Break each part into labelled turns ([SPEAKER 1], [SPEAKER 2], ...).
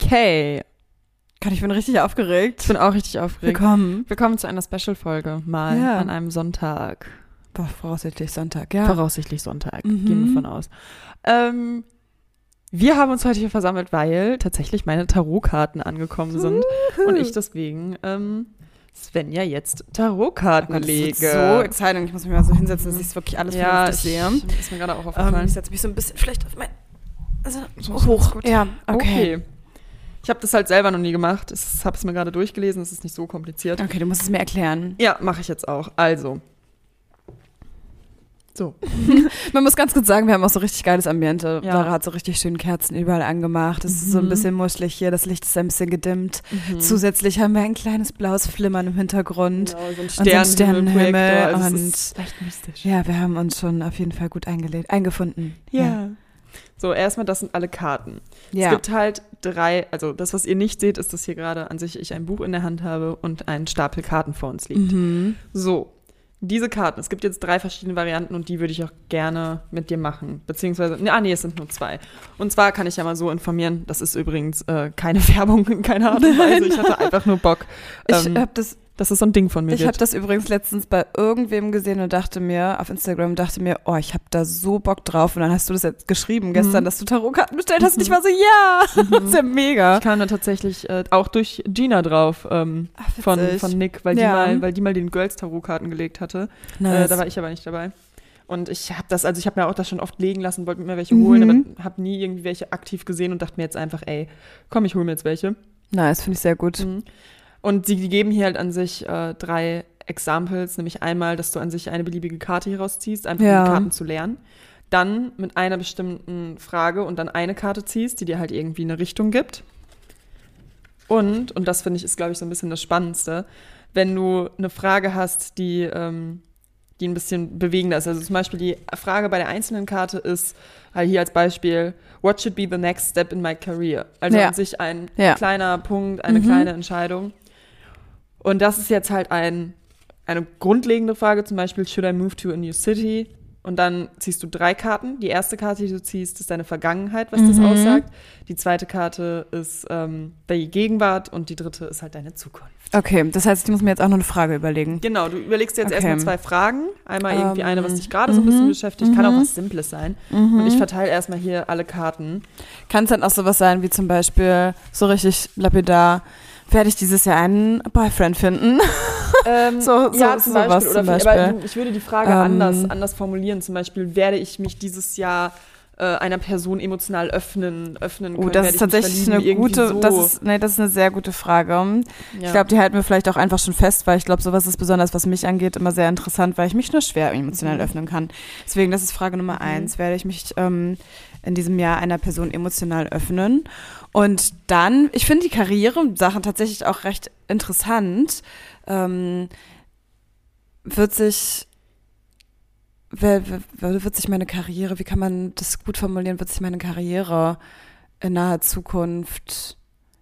[SPEAKER 1] Okay.
[SPEAKER 2] Gott, ich bin richtig aufgeregt.
[SPEAKER 1] Ich bin auch richtig aufgeregt.
[SPEAKER 2] Willkommen.
[SPEAKER 1] Willkommen zu einer Special-Folge. Mal
[SPEAKER 2] Ja.
[SPEAKER 1] an einem Sonntag.
[SPEAKER 2] Boah, voraussichtlich Sonntag, ja.
[SPEAKER 1] Voraussichtlich Sonntag.
[SPEAKER 2] Mhm.
[SPEAKER 1] Gehen wir von aus. Ähm, wir haben uns heute hier versammelt, weil tatsächlich meine Tarotkarten angekommen sind. Und ich deswegen ähm, Svenja jetzt Tarotkarten
[SPEAKER 2] Oh Gott, das
[SPEAKER 1] lege.
[SPEAKER 2] ist so exciting. Ich muss mich mal so hinsetzen, dass ich wirklich alles
[SPEAKER 1] ja, ich,
[SPEAKER 2] vernünftig sehe.
[SPEAKER 1] ist mir gerade auch
[SPEAKER 2] Ähm,
[SPEAKER 1] aufgefallen.
[SPEAKER 2] ich setze mich so ein bisschen vielleicht auf mein. Also,
[SPEAKER 1] So ist ganz
[SPEAKER 2] hoch.
[SPEAKER 1] gut.
[SPEAKER 2] Ja, okay.
[SPEAKER 1] okay. Ich habe das halt selber noch nie gemacht. Ich habe es mir gerade durchgelesen. Es ist nicht so kompliziert.
[SPEAKER 2] Okay, du musst es mir erklären.
[SPEAKER 1] Ja, mache ich jetzt auch. Also. So.
[SPEAKER 2] Man muss ganz kurz sagen, wir haben auch so richtig geiles Ambiente.
[SPEAKER 1] Ja. Mhm.
[SPEAKER 2] Sarah hat so richtig schöne Kerzen überall angemacht. Es ist so ein bisschen muschelig hier, das Licht ist ein bisschen gedimmt. Zusätzlich haben wir ein kleines blaues Flimmern im Hintergrund.
[SPEAKER 1] Genau, so ein
[SPEAKER 2] so ein Sternenhimmel
[SPEAKER 1] Sternenhimmel. Also es
[SPEAKER 2] und-
[SPEAKER 1] ist echt mystisch.
[SPEAKER 2] Ja, wir haben uns schon auf jeden Fall gut eingelegt, eingefunden.
[SPEAKER 1] So, erstmal, das sind alle Karten.
[SPEAKER 2] Ja.
[SPEAKER 1] Es gibt halt drei, also das, was ihr nicht seht, ist, dass hier gerade an sich ich ein Buch in der Hand habe und ein Stapel Karten vor uns liegt.
[SPEAKER 2] Mhm.
[SPEAKER 1] So, diese Karten, es gibt jetzt drei verschiedene Varianten und die würde ich auch gerne mit dir machen. Beziehungsweise, ne, ah nee, es sind nur zwei. Und zwar kann ich ja mal so informieren, das ist übrigens äh, keine Werbung in keiner Art und Weise. Ich hatte einfach nur Bock.
[SPEAKER 2] Ich
[SPEAKER 1] ähm,
[SPEAKER 2] habe das,
[SPEAKER 1] dass es so ein Ding von mir
[SPEAKER 2] ich hab
[SPEAKER 1] wird.
[SPEAKER 2] das übrigens letztens bei irgendwem gesehen und dachte mir, auf Instagram dachte mir, oh, ich habe da so Bock drauf. Und dann hast du das jetzt geschrieben
[SPEAKER 1] Mhm.
[SPEAKER 2] gestern, dass du Tarotkarten bestellt hast. Und ich war so, ja, das ist ja mega.
[SPEAKER 1] Ich kam da tatsächlich äh, auch durch Gina drauf ähm,
[SPEAKER 2] Ach, witzig.
[SPEAKER 1] von, von Nick, weil,
[SPEAKER 2] Ja.
[SPEAKER 1] die mal, weil die mal den Girls Tarot Karten gelegt hatte. Äh, da war ich aber nicht dabei. Und ich habe das, also ich habe mir auch das schon oft legen lassen, wollte mir welche holen,
[SPEAKER 2] Mhm.
[SPEAKER 1] aber habe nie irgendwie welche aktiv gesehen und dachte mir jetzt einfach, ey, komm, ich hole mir jetzt welche.
[SPEAKER 2] nice, finde ich sehr
[SPEAKER 1] Mhm.
[SPEAKER 2] gut.
[SPEAKER 1] Und sie geben hier halt an sich äh, drei Examples, nämlich einmal, dass du an sich eine beliebige Karte hier rausziehst, einfach
[SPEAKER 2] Ja.
[SPEAKER 1] um die Karten zu lernen. Dann mit einer bestimmten Frage und dann eine Karte ziehst, die dir halt irgendwie eine Richtung gibt. Und, und das finde ich ist, glaube ich, so ein bisschen das Spannendste, wenn du eine Frage hast, die, ähm, die ein bisschen bewegender ist. Also zum Beispiel die Frage bei der einzelnen Karte ist, halt hier als Beispiel, what should be the next step in my career? Also
[SPEAKER 2] Ja.
[SPEAKER 1] an sich ein
[SPEAKER 2] Ja.
[SPEAKER 1] kleiner Punkt, eine
[SPEAKER 2] Mhm.
[SPEAKER 1] kleine Entscheidung. Und das ist jetzt halt ein, eine grundlegende Frage, zum Beispiel, should I move to a new city? Und dann ziehst du drei Karten. Die erste Karte, die du ziehst, ist deine Vergangenheit, was das
[SPEAKER 2] Mhm.
[SPEAKER 1] aussagt. Die zweite Karte ist ähm, die Gegenwart und die dritte ist halt deine Zukunft.
[SPEAKER 2] Okay, das heißt, ich muss mir jetzt auch noch eine Frage überlegen.
[SPEAKER 1] Genau, du überlegst dir jetzt
[SPEAKER 2] Okay.
[SPEAKER 1] erstmal zwei Fragen. Einmal irgendwie
[SPEAKER 2] Ähm, Mhm.
[SPEAKER 1] eine, was dich gerade so ein bisschen beschäftigt, kann auch was Simples sein. Und ich verteile erstmal hier alle Karten.
[SPEAKER 2] Kann es dann auch sowas sein wie zum Beispiel so richtig lapidar, werde ich dieses Jahr einen Boyfriend finden?
[SPEAKER 1] Ähm,
[SPEAKER 2] So- so-
[SPEAKER 1] ja,
[SPEAKER 2] so
[SPEAKER 1] zum Beispiel.
[SPEAKER 2] was
[SPEAKER 1] oder
[SPEAKER 2] zum
[SPEAKER 1] vielleicht-
[SPEAKER 2] Beispiel.
[SPEAKER 1] Aber du- ich würde die Frage
[SPEAKER 2] Ähm.
[SPEAKER 1] anders, anders formulieren. Zum Beispiel, werde ich mich dieses Jahr äh, einer Person emotional öffnen, öffnen
[SPEAKER 2] Oh,
[SPEAKER 1] können?
[SPEAKER 2] das
[SPEAKER 1] Werde
[SPEAKER 2] ist
[SPEAKER 1] ich mich
[SPEAKER 2] tatsächlich
[SPEAKER 1] verlieben?
[SPEAKER 2] eine
[SPEAKER 1] Irgendwie
[SPEAKER 2] gute,
[SPEAKER 1] so.
[SPEAKER 2] das ist, nee, das ist eine sehr gute Frage.
[SPEAKER 1] ja.
[SPEAKER 2] Ich glaube, die halten wir vielleicht auch einfach schon fest, weil ich glaube, sowas ist besonders, was mich angeht, immer sehr interessant, weil ich mich nur schwer emotional öffnen kann. Deswegen, das ist Frage Nummer eins. Werde ich mich ähm, in diesem Jahr einer Person emotional öffnen? Und dann, ich finde die Karriere-Sachen tatsächlich auch recht interessant. Ähm, wird sich wer- wer- wer- wird sich meine Karriere, wie kann man das gut formulieren, wird sich meine Karriere in naher Zukunft,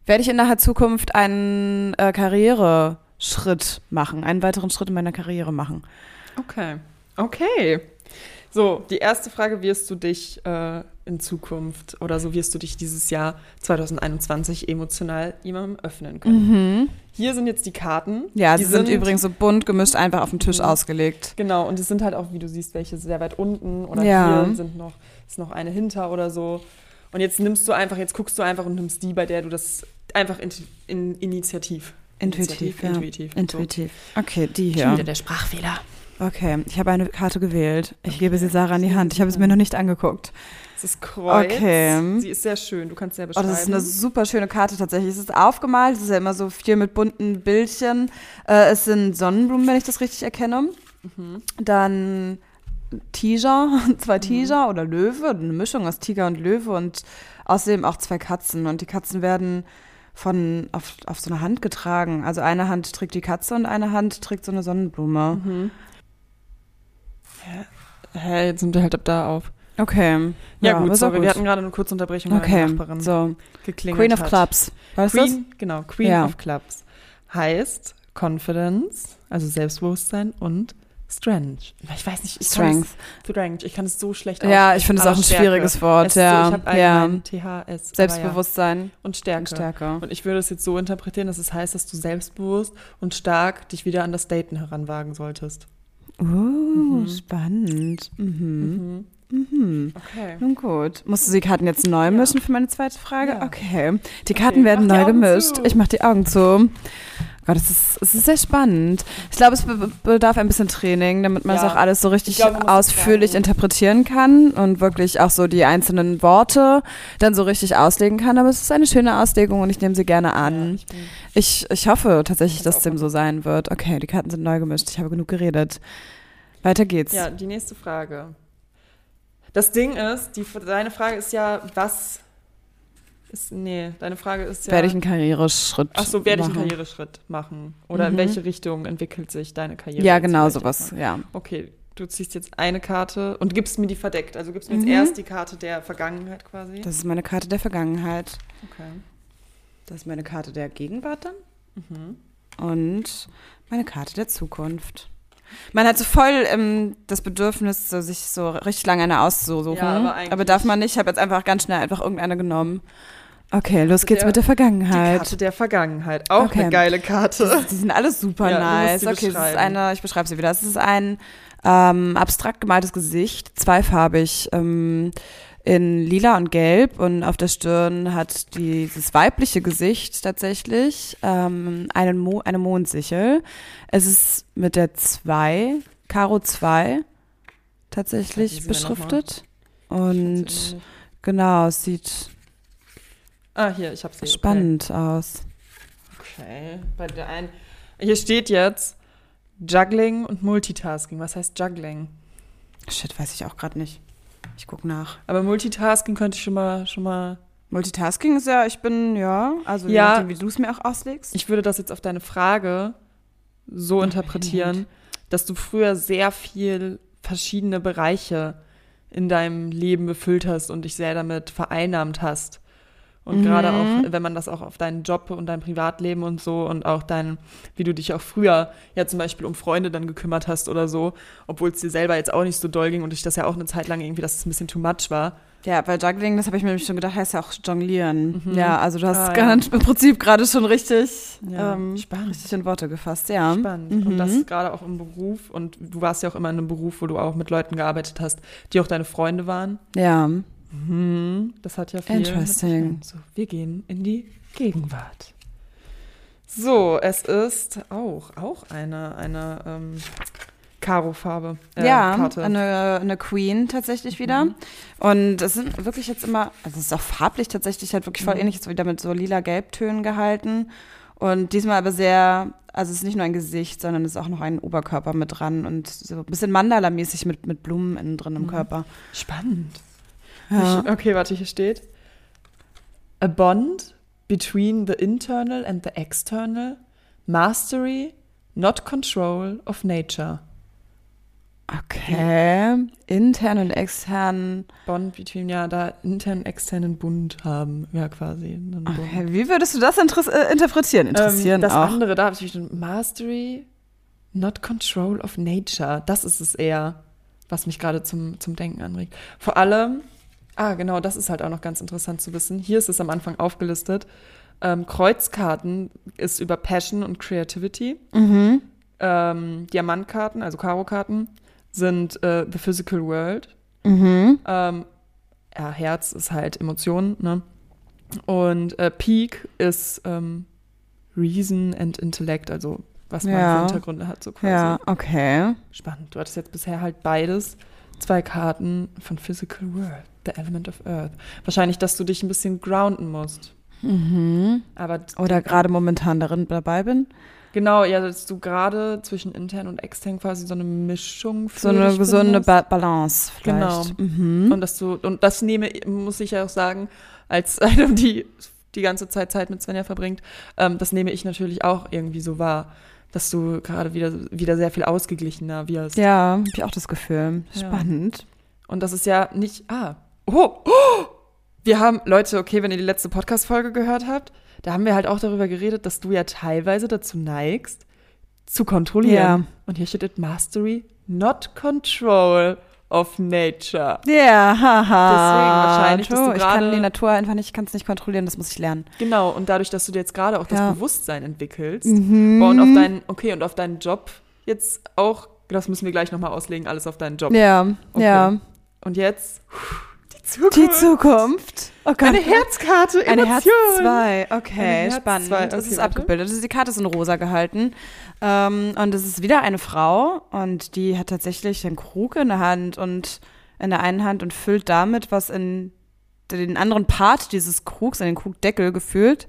[SPEAKER 2] werde ich in naher Zukunft einen äh, Karriereschritt machen, einen weiteren Schritt in meiner Karriere machen?
[SPEAKER 1] Okay. Okay. So, die erste Frage, wirst du dich äh, in Zukunft oder so wirst du dich dieses Jahr 2021 emotional jemandem öffnen können? Hier sind jetzt die Karten.
[SPEAKER 2] Mhm. Ja,
[SPEAKER 1] die
[SPEAKER 2] sie sind, Mhm. übrigens so bunt gemischt einfach auf dem Tisch ausgelegt.
[SPEAKER 1] Genau, und es sind halt auch, wie du siehst, welche sehr weit unten oder
[SPEAKER 2] Ja.
[SPEAKER 1] hier sind noch, ist noch eine hinter oder so. Und jetzt nimmst du einfach, jetzt guckst du einfach und nimmst die, bei der du das einfach in, in, initiativ.
[SPEAKER 2] Intuitiv, ja.
[SPEAKER 1] Intuitiv.
[SPEAKER 2] Intuitiv. Okay, die
[SPEAKER 1] So. Schon
[SPEAKER 2] hier.
[SPEAKER 1] wieder der Sprachfehler.
[SPEAKER 2] Okay, ich habe eine Karte gewählt. Ich gebe sie Sarah in die Hand. Ich habe es mir noch nicht angeguckt.
[SPEAKER 1] Das ist Kreuz.
[SPEAKER 2] Okay.
[SPEAKER 1] Sie ist sehr schön, du kannst sehr
[SPEAKER 2] Oh,
[SPEAKER 1] beschreiben.
[SPEAKER 2] das ist eine super schöne Karte tatsächlich. Es ist aufgemalt, es ist ja immer so viel mit bunten Bildchen. Äh, es sind Sonnenblumen, wenn ich das richtig erkenne.
[SPEAKER 1] Mhm.
[SPEAKER 2] Dann Tiger, zwei Tiger oder Löwe, eine Mischung aus Tiger und Löwe und außerdem auch zwei Katzen. Und die Katzen werden von auf, auf so eine Hand getragen. Also eine Hand trägt die Katze und eine Hand trägt so eine Sonnenblume.
[SPEAKER 1] Mhm. Hä, jetzt nimmt er halt ab da auf.
[SPEAKER 2] Okay.
[SPEAKER 1] Ja, gut,
[SPEAKER 2] aber ist auch
[SPEAKER 1] sorry, wir hatten gerade eine kurze Unterbrechung, weil
[SPEAKER 2] Okay,
[SPEAKER 1] meine Nachbarin
[SPEAKER 2] so.
[SPEAKER 1] geklingelt
[SPEAKER 2] Queen of
[SPEAKER 1] hat.
[SPEAKER 2] Clubs. Weißt du das?
[SPEAKER 1] Queen, genau, Queen
[SPEAKER 2] Ja.
[SPEAKER 1] of Clubs. Heißt Confidence, also Selbstbewusstsein und Strange. Ich weiß nicht. Ich
[SPEAKER 2] Strength.
[SPEAKER 1] Kann es, strange. Ich kann es so schlecht
[SPEAKER 2] Ja,
[SPEAKER 1] aussprechen,
[SPEAKER 2] ich finde es auch
[SPEAKER 1] aber
[SPEAKER 2] ein
[SPEAKER 1] Stärke.
[SPEAKER 2] schwieriges Wort,
[SPEAKER 1] Es ist
[SPEAKER 2] ja,
[SPEAKER 1] So, ich habe
[SPEAKER 2] ja.
[SPEAKER 1] allgemein THS. aber
[SPEAKER 2] Selbstbewusstsein
[SPEAKER 1] Ja. Und Stärke.
[SPEAKER 2] und Stärke.
[SPEAKER 1] Und ich würde es jetzt so interpretieren, dass es heißt, dass du selbstbewusst und stark dich wieder an das Daten heranwagen solltest.
[SPEAKER 2] Uh,
[SPEAKER 1] Mhm.
[SPEAKER 2] spannend. Mhm.
[SPEAKER 1] Okay.
[SPEAKER 2] Nun gut. Musst du die Karten jetzt neu mischen für meine zweite Frage?
[SPEAKER 1] Ja.
[SPEAKER 2] Okay. Die Karten werden
[SPEAKER 1] Mach die
[SPEAKER 2] neu
[SPEAKER 1] Augen
[SPEAKER 2] gemischt.
[SPEAKER 1] zu.
[SPEAKER 2] Ich mach die Augen zu. Gott, es ist, es ist sehr spannend. Ich glaube, es be- bedarf ein bisschen Training, damit man es
[SPEAKER 1] Ja.
[SPEAKER 2] auch alles so richtig
[SPEAKER 1] glaube, man muss es
[SPEAKER 2] ausführlich
[SPEAKER 1] sagen.
[SPEAKER 2] interpretieren kann und wirklich auch so die einzelnen Worte dann so richtig auslegen kann. Aber es ist eine schöne Auslegung und ich nehme sie gerne an.
[SPEAKER 1] ich bin,
[SPEAKER 2] Ich, ich hoffe tatsächlich, dass
[SPEAKER 1] auch
[SPEAKER 2] dem so sein wird. Okay, die Karten sind neu gemischt. Ich habe genug geredet. Weiter geht's.
[SPEAKER 1] ja, die nächste Frage. Das Ding ist, die, deine Frage ist ja, was ist, nee, deine Frage ist ja.
[SPEAKER 2] Werde ich einen Karriereschritt
[SPEAKER 1] Ach so, werde ich einen
[SPEAKER 2] machen?
[SPEAKER 1] Karriereschritt machen? Oder in
[SPEAKER 2] Mhm.
[SPEAKER 1] welche Richtung entwickelt sich deine Karriere?
[SPEAKER 2] Ja,
[SPEAKER 1] jetzt
[SPEAKER 2] genau
[SPEAKER 1] vielleicht
[SPEAKER 2] sowas.
[SPEAKER 1] erstmal?
[SPEAKER 2] Ja.
[SPEAKER 1] Okay, du ziehst jetzt eine Karte und gibst mir die verdeckt. Also gibst mir
[SPEAKER 2] Mhm.
[SPEAKER 1] jetzt erst die Karte der Vergangenheit quasi.
[SPEAKER 2] Das ist meine Karte der Vergangenheit.
[SPEAKER 1] Okay.
[SPEAKER 2] Das ist meine Karte der Gegenwart dann.
[SPEAKER 1] Mhm.
[SPEAKER 2] Und meine Karte der Zukunft. Man hat so voll ähm, das Bedürfnis, so, sich so richtig lange eine auszusuchen.
[SPEAKER 1] Ja, aber
[SPEAKER 2] aber,
[SPEAKER 1] eigentlich-
[SPEAKER 2] darf man nicht. Ich habe jetzt einfach ganz schnell einfach irgendeine genommen. Okay, los geht's
[SPEAKER 1] der-
[SPEAKER 2] mit Also der
[SPEAKER 1] Die
[SPEAKER 2] Vergangenheit.
[SPEAKER 1] Karte der Vergangenheit. Auch
[SPEAKER 2] Halt. Okay.
[SPEAKER 1] eine geile Karte.
[SPEAKER 2] Die sind alle super
[SPEAKER 1] Ja, du musst
[SPEAKER 2] nice.
[SPEAKER 1] sie
[SPEAKER 2] Okay, es ist
[SPEAKER 1] beschreiben.
[SPEAKER 2] eine, ich beschreibe sie wieder. Es ist ein ähm, abstrakt gemaltes Gesicht, zweifarbig, ähm, in lila und gelb und auf der Stirn hat dieses weibliche Gesicht tatsächlich ähm, einen Mo eine Mondsichel. Es ist mit der 2, Karo 2
[SPEAKER 1] Ja, die
[SPEAKER 2] tatsächlich
[SPEAKER 1] sehen wir noch mal.
[SPEAKER 2] beschriftet. Und genau, es sieht
[SPEAKER 1] Ah, hier, ich hab sie.
[SPEAKER 2] spannend aus.
[SPEAKER 1] Okay. okay. Bei der einen. Hier steht jetzt Juggling und Multitasking. Was heißt Juggling?
[SPEAKER 2] Shit, weiß ich auch gerade nicht. Ich guck nach.
[SPEAKER 1] Aber Multitasking könnte ich schon mal, schon mal.
[SPEAKER 2] Multitasking ist ja, ich bin, ja, also je
[SPEAKER 1] Ja.
[SPEAKER 2] nachdem, wie du es mir auch auslegst.
[SPEAKER 1] Ich würde das jetzt auf deine Frage so interpretieren, dass du früher sehr viel verschiedene Bereiche in deinem Leben befüllt hast und dich sehr damit vereinnahmt hast. Und gerade auch, wenn man das auch auf deinen Job und dein Privatleben und so und auch dein, wie du dich auch früher ja zum Beispiel um Freunde dann gekümmert hast oder so, obwohl es dir selber jetzt auch nicht so doll ging und ich das ja auch eine Zeit lang irgendwie, dass es ein bisschen too much war.
[SPEAKER 2] Ja, weil Juggling, das habe ich mir nämlich schon gedacht, heißt ja auch jonglieren. Ja, also du hast
[SPEAKER 1] Ah,
[SPEAKER 2] es
[SPEAKER 1] ja.
[SPEAKER 2] ganz, im Prinzip gerade schon richtig,
[SPEAKER 1] Ja,
[SPEAKER 2] ähm,
[SPEAKER 1] spannend.
[SPEAKER 2] richtig in Worte gefasst, ja. Mhm.
[SPEAKER 1] Spannend. Und das gerade auch im Beruf. Und du warst ja auch immer in einem Beruf, wo du auch mit Leuten gearbeitet hast, die auch deine Freunde waren.
[SPEAKER 2] Ja,
[SPEAKER 1] Mhm. Das hat ja viel. mit sich
[SPEAKER 2] Interesting.
[SPEAKER 1] an. So, wir gehen in die Gegenwart. So, es ist auch, auch eine, eine ähm, Karo-Farbe. äh,
[SPEAKER 2] ja
[SPEAKER 1] Karte.
[SPEAKER 2] eine, eine Queen tatsächlich wieder. Und es sind wirklich jetzt immer, also es ist auch farblich tatsächlich halt wirklich voll ähnlich, jetzt wieder mit so lila-gelbtönen gehalten. Und diesmal aber sehr, also es ist nicht nur ein Gesicht, sondern es ist auch noch ein Oberkörper mit dran und so ein bisschen Mandala-mäßig mit, mit Blumen innen drin im Körper.
[SPEAKER 1] Spannend.
[SPEAKER 2] Mhm. Ja.
[SPEAKER 1] Ich- Okay, warte, hier steht. A bond between the internal and the external. Mastery, not control of nature.
[SPEAKER 2] Okay. Intern und extern.
[SPEAKER 1] Bond between, ja, da intern, externen Bund haben, ja, quasi. Einen Bund.
[SPEAKER 2] Okay. Wie würdest du das interes- äh, interpretieren?
[SPEAKER 1] Ähm,
[SPEAKER 2] Interessieren
[SPEAKER 1] das
[SPEAKER 2] auch.
[SPEAKER 1] andere, da habe ich schon Mastery, not control of nature. Das ist es eher, was mich gerade zum, zum Denken anregt. Vor allem, ah, genau, das ist halt auch noch ganz interessant zu wissen. Hier ist es am Anfang aufgelistet. Ähm, Kreuzkarten ist über Passion und Creativity.
[SPEAKER 2] mhm,
[SPEAKER 1] Ähm, Diamantkarten, also Karo-Karten, sind äh, The Physical World.
[SPEAKER 2] mhm.
[SPEAKER 1] Ähm, ja, Herz ist halt Emotionen, ne? Und äh, Peak ist ähm, Reason and Intellect, also was man
[SPEAKER 2] Ja.
[SPEAKER 1] für Hintergründe hat, so quasi.
[SPEAKER 2] Ja, okay.
[SPEAKER 1] Spannend. Du hattest jetzt bisher halt beides. Zwei Karten von Physical World, The Element of Earth. Wahrscheinlich, dass du dich ein bisschen grounden musst.
[SPEAKER 2] Mhm.
[SPEAKER 1] Aber
[SPEAKER 2] Oder gerade momentan darin dabei bin.
[SPEAKER 1] genau, ja, dass du gerade zwischen intern und extern quasi so eine Mischung
[SPEAKER 2] So eine
[SPEAKER 1] findest.
[SPEAKER 2] gesunde ba Balance
[SPEAKER 1] Genau.
[SPEAKER 2] vielleicht. Mhm.
[SPEAKER 1] Und dass du, und das nehme, muss ich ja auch sagen, als eine, die die ganze Zeit Zeit mit Svenja verbringt, ähm, das nehme ich natürlich auch irgendwie so wahr, dass du gerade wieder, wieder sehr viel ausgeglichener wirst.
[SPEAKER 2] Ja, habe ich auch das Gefühl.
[SPEAKER 1] Ja.
[SPEAKER 2] Spannend.
[SPEAKER 1] Und das ist ja nicht, ah, oh, oh, wir haben, Leute, okay, wenn ihr die letzte Podcast-Folge gehört habt, da haben wir halt auch darüber geredet, dass du ja teilweise dazu neigst, zu kontrollieren.
[SPEAKER 2] Ja.
[SPEAKER 1] Und hier steht it Mastery, not control of nature.
[SPEAKER 2] Ja, haha.
[SPEAKER 1] wahrscheinlich, dass du
[SPEAKER 2] ich kann
[SPEAKER 1] gerade-
[SPEAKER 2] die Natur einfach nicht, ich kann es nicht kontrollieren, das muss ich lernen.
[SPEAKER 1] Genau, und dadurch, dass du dir jetzt gerade auch das
[SPEAKER 2] Ja. Mhm.
[SPEAKER 1] Bewusstsein entwickelst, boah, und auf deinen, okay, und auf deinen Job jetzt auch, das müssen wir gleich nochmal auslegen, alles auf deinen Job.
[SPEAKER 2] Ja,
[SPEAKER 1] Okay.
[SPEAKER 2] ja.
[SPEAKER 1] Und jetzt puh, die Zukunft.
[SPEAKER 2] Die Zukunft. Oh Gott.
[SPEAKER 1] Eine Herzkarte, Emotion.
[SPEAKER 2] Eine Herz 2, okay,
[SPEAKER 1] Eine Herz
[SPEAKER 2] spannend.
[SPEAKER 1] zwei,
[SPEAKER 2] es
[SPEAKER 1] okay,
[SPEAKER 2] ist
[SPEAKER 1] warte.
[SPEAKER 2] abgebildet. Also die Karte ist in rosa gehalten. Ähm, und es ist wieder eine Frau und die hat tatsächlich einen Krug in der Hand und in der einen Hand und füllt damit, was in den anderen Part dieses Krugs, in den Krugdeckel gefüllt,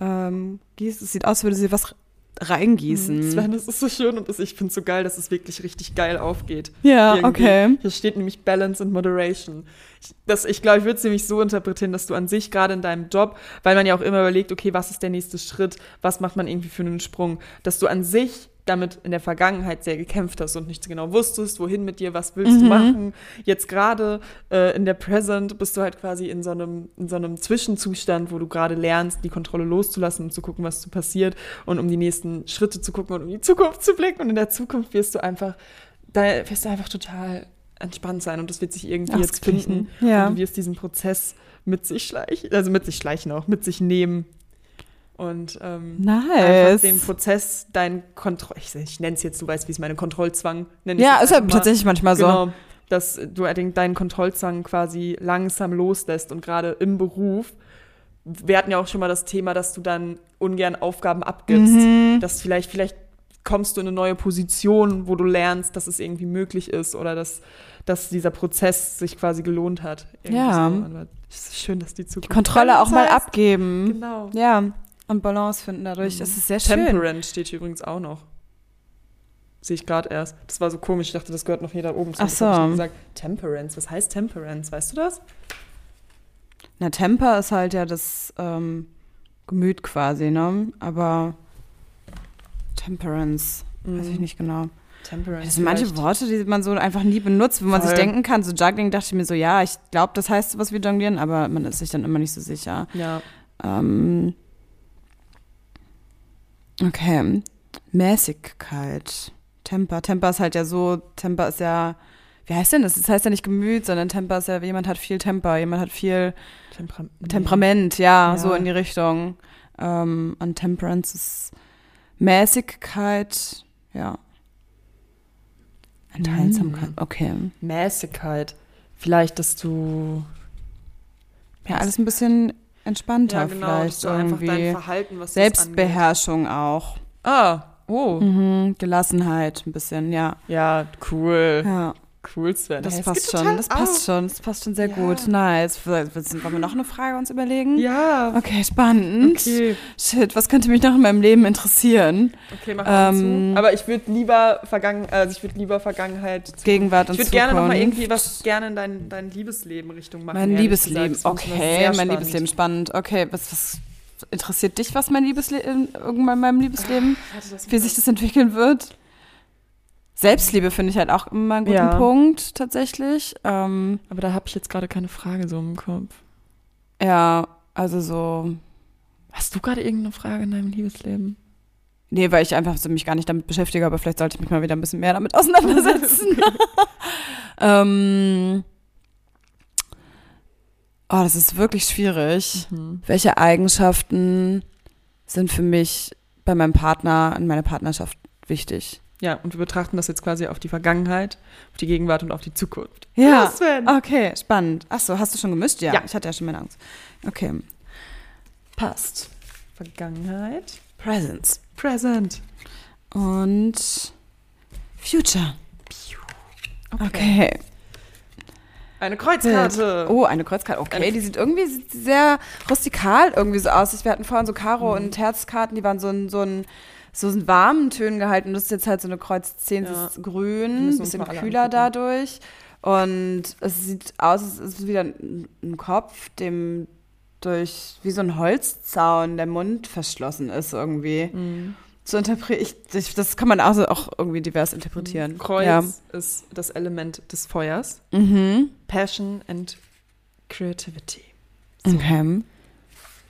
[SPEAKER 2] ähm, gießt. Es sieht aus, als würde sie was reingießen.
[SPEAKER 1] Sven, Hm, das ist so schön und das, ich finde es so geil, dass es wirklich richtig geil aufgeht.
[SPEAKER 2] Ja, okay.
[SPEAKER 1] Hier steht nämlich Balance and Moderation. Ich, das, ich glaube, ich würde es nämlich so interpretieren, dass du an sich gerade in deinem Job, weil man ja auch immer überlegt, okay, was ist der nächste Schritt, was macht man irgendwie für einen Sprung, dass du an sich damit in der Vergangenheit sehr gekämpft hast und nicht genau wusstest, wohin mit dir, was willst du machen. Jetzt gerade äh, in der Present bist du halt quasi in so einem, in so einem Zwischenzustand, wo du gerade lernst, die Kontrolle loszulassen und zu gucken, was so passiert und um die nächsten Schritte zu gucken und um die Zukunft zu blicken. Und in der Zukunft wirst du einfach da wirst du einfach total entspannt sein und das wird sich irgendwie jetzt
[SPEAKER 2] Ausgeglichen,
[SPEAKER 1] finden.
[SPEAKER 2] ja.
[SPEAKER 1] Und du wirst diesen Prozess mit sich schleichen, also mit sich schleichen auch, mit sich nehmen. Und ähm, einfach
[SPEAKER 2] Nice.
[SPEAKER 1] den Prozess, dein Kontroll, ich, ich nenne es jetzt, du weißt, wie es meine Kontrollzwang nennt.
[SPEAKER 2] Ja, ist ja tatsächlich manchmal so.
[SPEAKER 1] Genau, dass du den- deinen Kontrollzwang quasi langsam loslässt und gerade im Beruf, wir hatten ja auch schon mal das Thema, dass du dann ungern Aufgaben abgibst,
[SPEAKER 2] Mhm.
[SPEAKER 1] dass vielleicht, vielleicht kommst du in eine neue Position, wo du lernst, dass es irgendwie möglich ist oder dass, dass dieser Prozess sich quasi gelohnt hat. Irgendwie
[SPEAKER 2] Ja.
[SPEAKER 1] So. Aber es ist schön, dass die Zukunft.
[SPEAKER 2] Kontrolle auch mal
[SPEAKER 1] Balance heißt.
[SPEAKER 2] abgeben.
[SPEAKER 1] Genau.
[SPEAKER 2] Ja, und Balance finden dadurch. Das ist sehr schön.
[SPEAKER 1] Temperance steht hier übrigens auch noch. Sehe ich gerade erst. Das war so komisch. Ich dachte, das gehört noch hier da oben zu.
[SPEAKER 2] Ach
[SPEAKER 1] Das hab ich
[SPEAKER 2] so.
[SPEAKER 1] nicht gesagt. Temperance. Was heißt Temperance? Weißt du das?
[SPEAKER 2] Na, Temper ist halt ja das ähm, Gemüt quasi, ne? Aber Temperance, weiß ich nicht genau.
[SPEAKER 1] Mm. Temperance.
[SPEAKER 2] Das sind manche
[SPEAKER 1] Mhm. vielleicht.
[SPEAKER 2] Worte, die man so einfach nie benutzt, wo man sich
[SPEAKER 1] Voll.
[SPEAKER 2] denken kann. So Juggling dachte ich mir so, ja, ich glaube, das heißt sowas wie Jonglieren, aber man ist sich dann immer nicht so sicher.
[SPEAKER 1] Ja.
[SPEAKER 2] Ähm, okay. Mäßigkeit. Temper. Temper ist halt ja so, Temper ist ja, wie heißt denn das? Das heißt ja nicht Gemüt, sondern Temper ist ja, jemand hat viel Temper, jemand hat viel
[SPEAKER 1] Tempera
[SPEAKER 2] Mhm. Temperament, ja,
[SPEAKER 1] Ja.
[SPEAKER 2] so in die Richtung. Ähm, und Temperance ist Mäßigkeit, ja. Enthaltsamkeit,
[SPEAKER 1] Mhm.
[SPEAKER 2] okay.
[SPEAKER 1] Mäßigkeit. Vielleicht, dass du.
[SPEAKER 2] Ja, alles ein bisschen entspannter
[SPEAKER 1] genau,
[SPEAKER 2] vielleicht genau, irgendwie.
[SPEAKER 1] Verhalten, was
[SPEAKER 2] Selbstbeherrschung auch.
[SPEAKER 1] Ah, oh.
[SPEAKER 2] Mhm, Gelassenheit ein bisschen, ja.
[SPEAKER 1] Ja, cool.
[SPEAKER 2] Ja,
[SPEAKER 1] Cool, Sven.
[SPEAKER 2] das
[SPEAKER 1] Hey, es
[SPEAKER 2] passt
[SPEAKER 1] geht
[SPEAKER 2] schon,
[SPEAKER 1] total
[SPEAKER 2] das
[SPEAKER 1] auf.
[SPEAKER 2] passt schon, das passt schon sehr
[SPEAKER 1] Ja.
[SPEAKER 2] gut. Nice. Vielleicht Wollen wir noch eine Frage uns überlegen?
[SPEAKER 1] Ja.
[SPEAKER 2] Okay, spannend.
[SPEAKER 1] Okay.
[SPEAKER 2] Shit, was könnte mich noch in meinem Leben interessieren?
[SPEAKER 1] Okay, mach mal
[SPEAKER 2] Ähm,
[SPEAKER 1] zu. Aber ich würde lieber, Vergangen, also ich würd lieber Vergangenheit
[SPEAKER 2] Gegenwart und
[SPEAKER 1] Ich würde
[SPEAKER 2] Zukunft.
[SPEAKER 1] gerne noch mal irgendwie was gerne in dein, dein Liebesleben Richtung machen.
[SPEAKER 2] Mein
[SPEAKER 1] ehrlich
[SPEAKER 2] Liebesleben,
[SPEAKER 1] gesagt. Das find ich immer
[SPEAKER 2] okay,
[SPEAKER 1] sehr
[SPEAKER 2] mein
[SPEAKER 1] spannend.
[SPEAKER 2] Liebesleben, spannend. Okay, was, was interessiert dich, was mein Liebesleben, irgendwann in meinem Liebesleben,
[SPEAKER 1] Ah, Warte, das
[SPEAKER 2] wie sich das entwickeln wird? Selbstliebe finde ich halt auch immer einen guten
[SPEAKER 1] Ja.
[SPEAKER 2] Punkt, tatsächlich. Ähm,
[SPEAKER 1] Aber da habe ich jetzt gerade keine Frage so im Kopf.
[SPEAKER 2] ja, also so,
[SPEAKER 1] Hast du gerade irgendeine Frage in deinem Liebesleben?
[SPEAKER 2] nee, weil ich einfach so mich gar nicht damit beschäftige, aber vielleicht sollte ich mich mal wieder ein bisschen mehr damit auseinandersetzen. ähm, oh, das ist wirklich schwierig.
[SPEAKER 1] Hm.
[SPEAKER 2] Welche Eigenschaften sind für mich bei meinem Partner in meiner Partnerschaft wichtig?
[SPEAKER 1] Ja, und wir betrachten das jetzt quasi auf die Vergangenheit, auf die Gegenwart und auf die Zukunft.
[SPEAKER 2] Ja.
[SPEAKER 1] Sven.
[SPEAKER 2] Okay, spannend. Ach so, hast du schon gemischt? Ja,
[SPEAKER 1] Ja.
[SPEAKER 2] ich hatte ja schon meine Angst. Okay.
[SPEAKER 1] Passt. Vergangenheit.
[SPEAKER 2] Presence
[SPEAKER 1] Present.
[SPEAKER 2] und Future. Okay.
[SPEAKER 1] Eine Kreuzkarte.
[SPEAKER 2] Oh, eine Kreuzkarte. Okay, die sieht irgendwie sehr rustikal irgendwie so aus. Wir hatten vorhin so Karo-
[SPEAKER 1] Mhm.
[SPEAKER 2] und Herzkarten, die waren so in so ein so in warmen Tönen gehalten. Und das ist jetzt halt so eine Kreuz 10, sie
[SPEAKER 1] Ja.
[SPEAKER 2] ist
[SPEAKER 1] Wir
[SPEAKER 2] grün,
[SPEAKER 1] müssen
[SPEAKER 2] ein
[SPEAKER 1] uns
[SPEAKER 2] bisschen
[SPEAKER 1] mal alle
[SPEAKER 2] kühler
[SPEAKER 1] angucken.
[SPEAKER 2] dadurch. Und es sieht aus, es ist wieder ein ein Kopf, dem durch wie so ein Holzzaun der Mund verschlossen ist irgendwie.
[SPEAKER 1] Mhm.
[SPEAKER 2] So interpre- ich, ich, das kann man auch, so- auch irgendwie divers interpretieren.
[SPEAKER 1] Mhm. Kreuz
[SPEAKER 2] Ja.
[SPEAKER 1] ist das Element des Feuers.
[SPEAKER 2] Mhm.
[SPEAKER 1] Passion and Creativity.
[SPEAKER 2] Okay.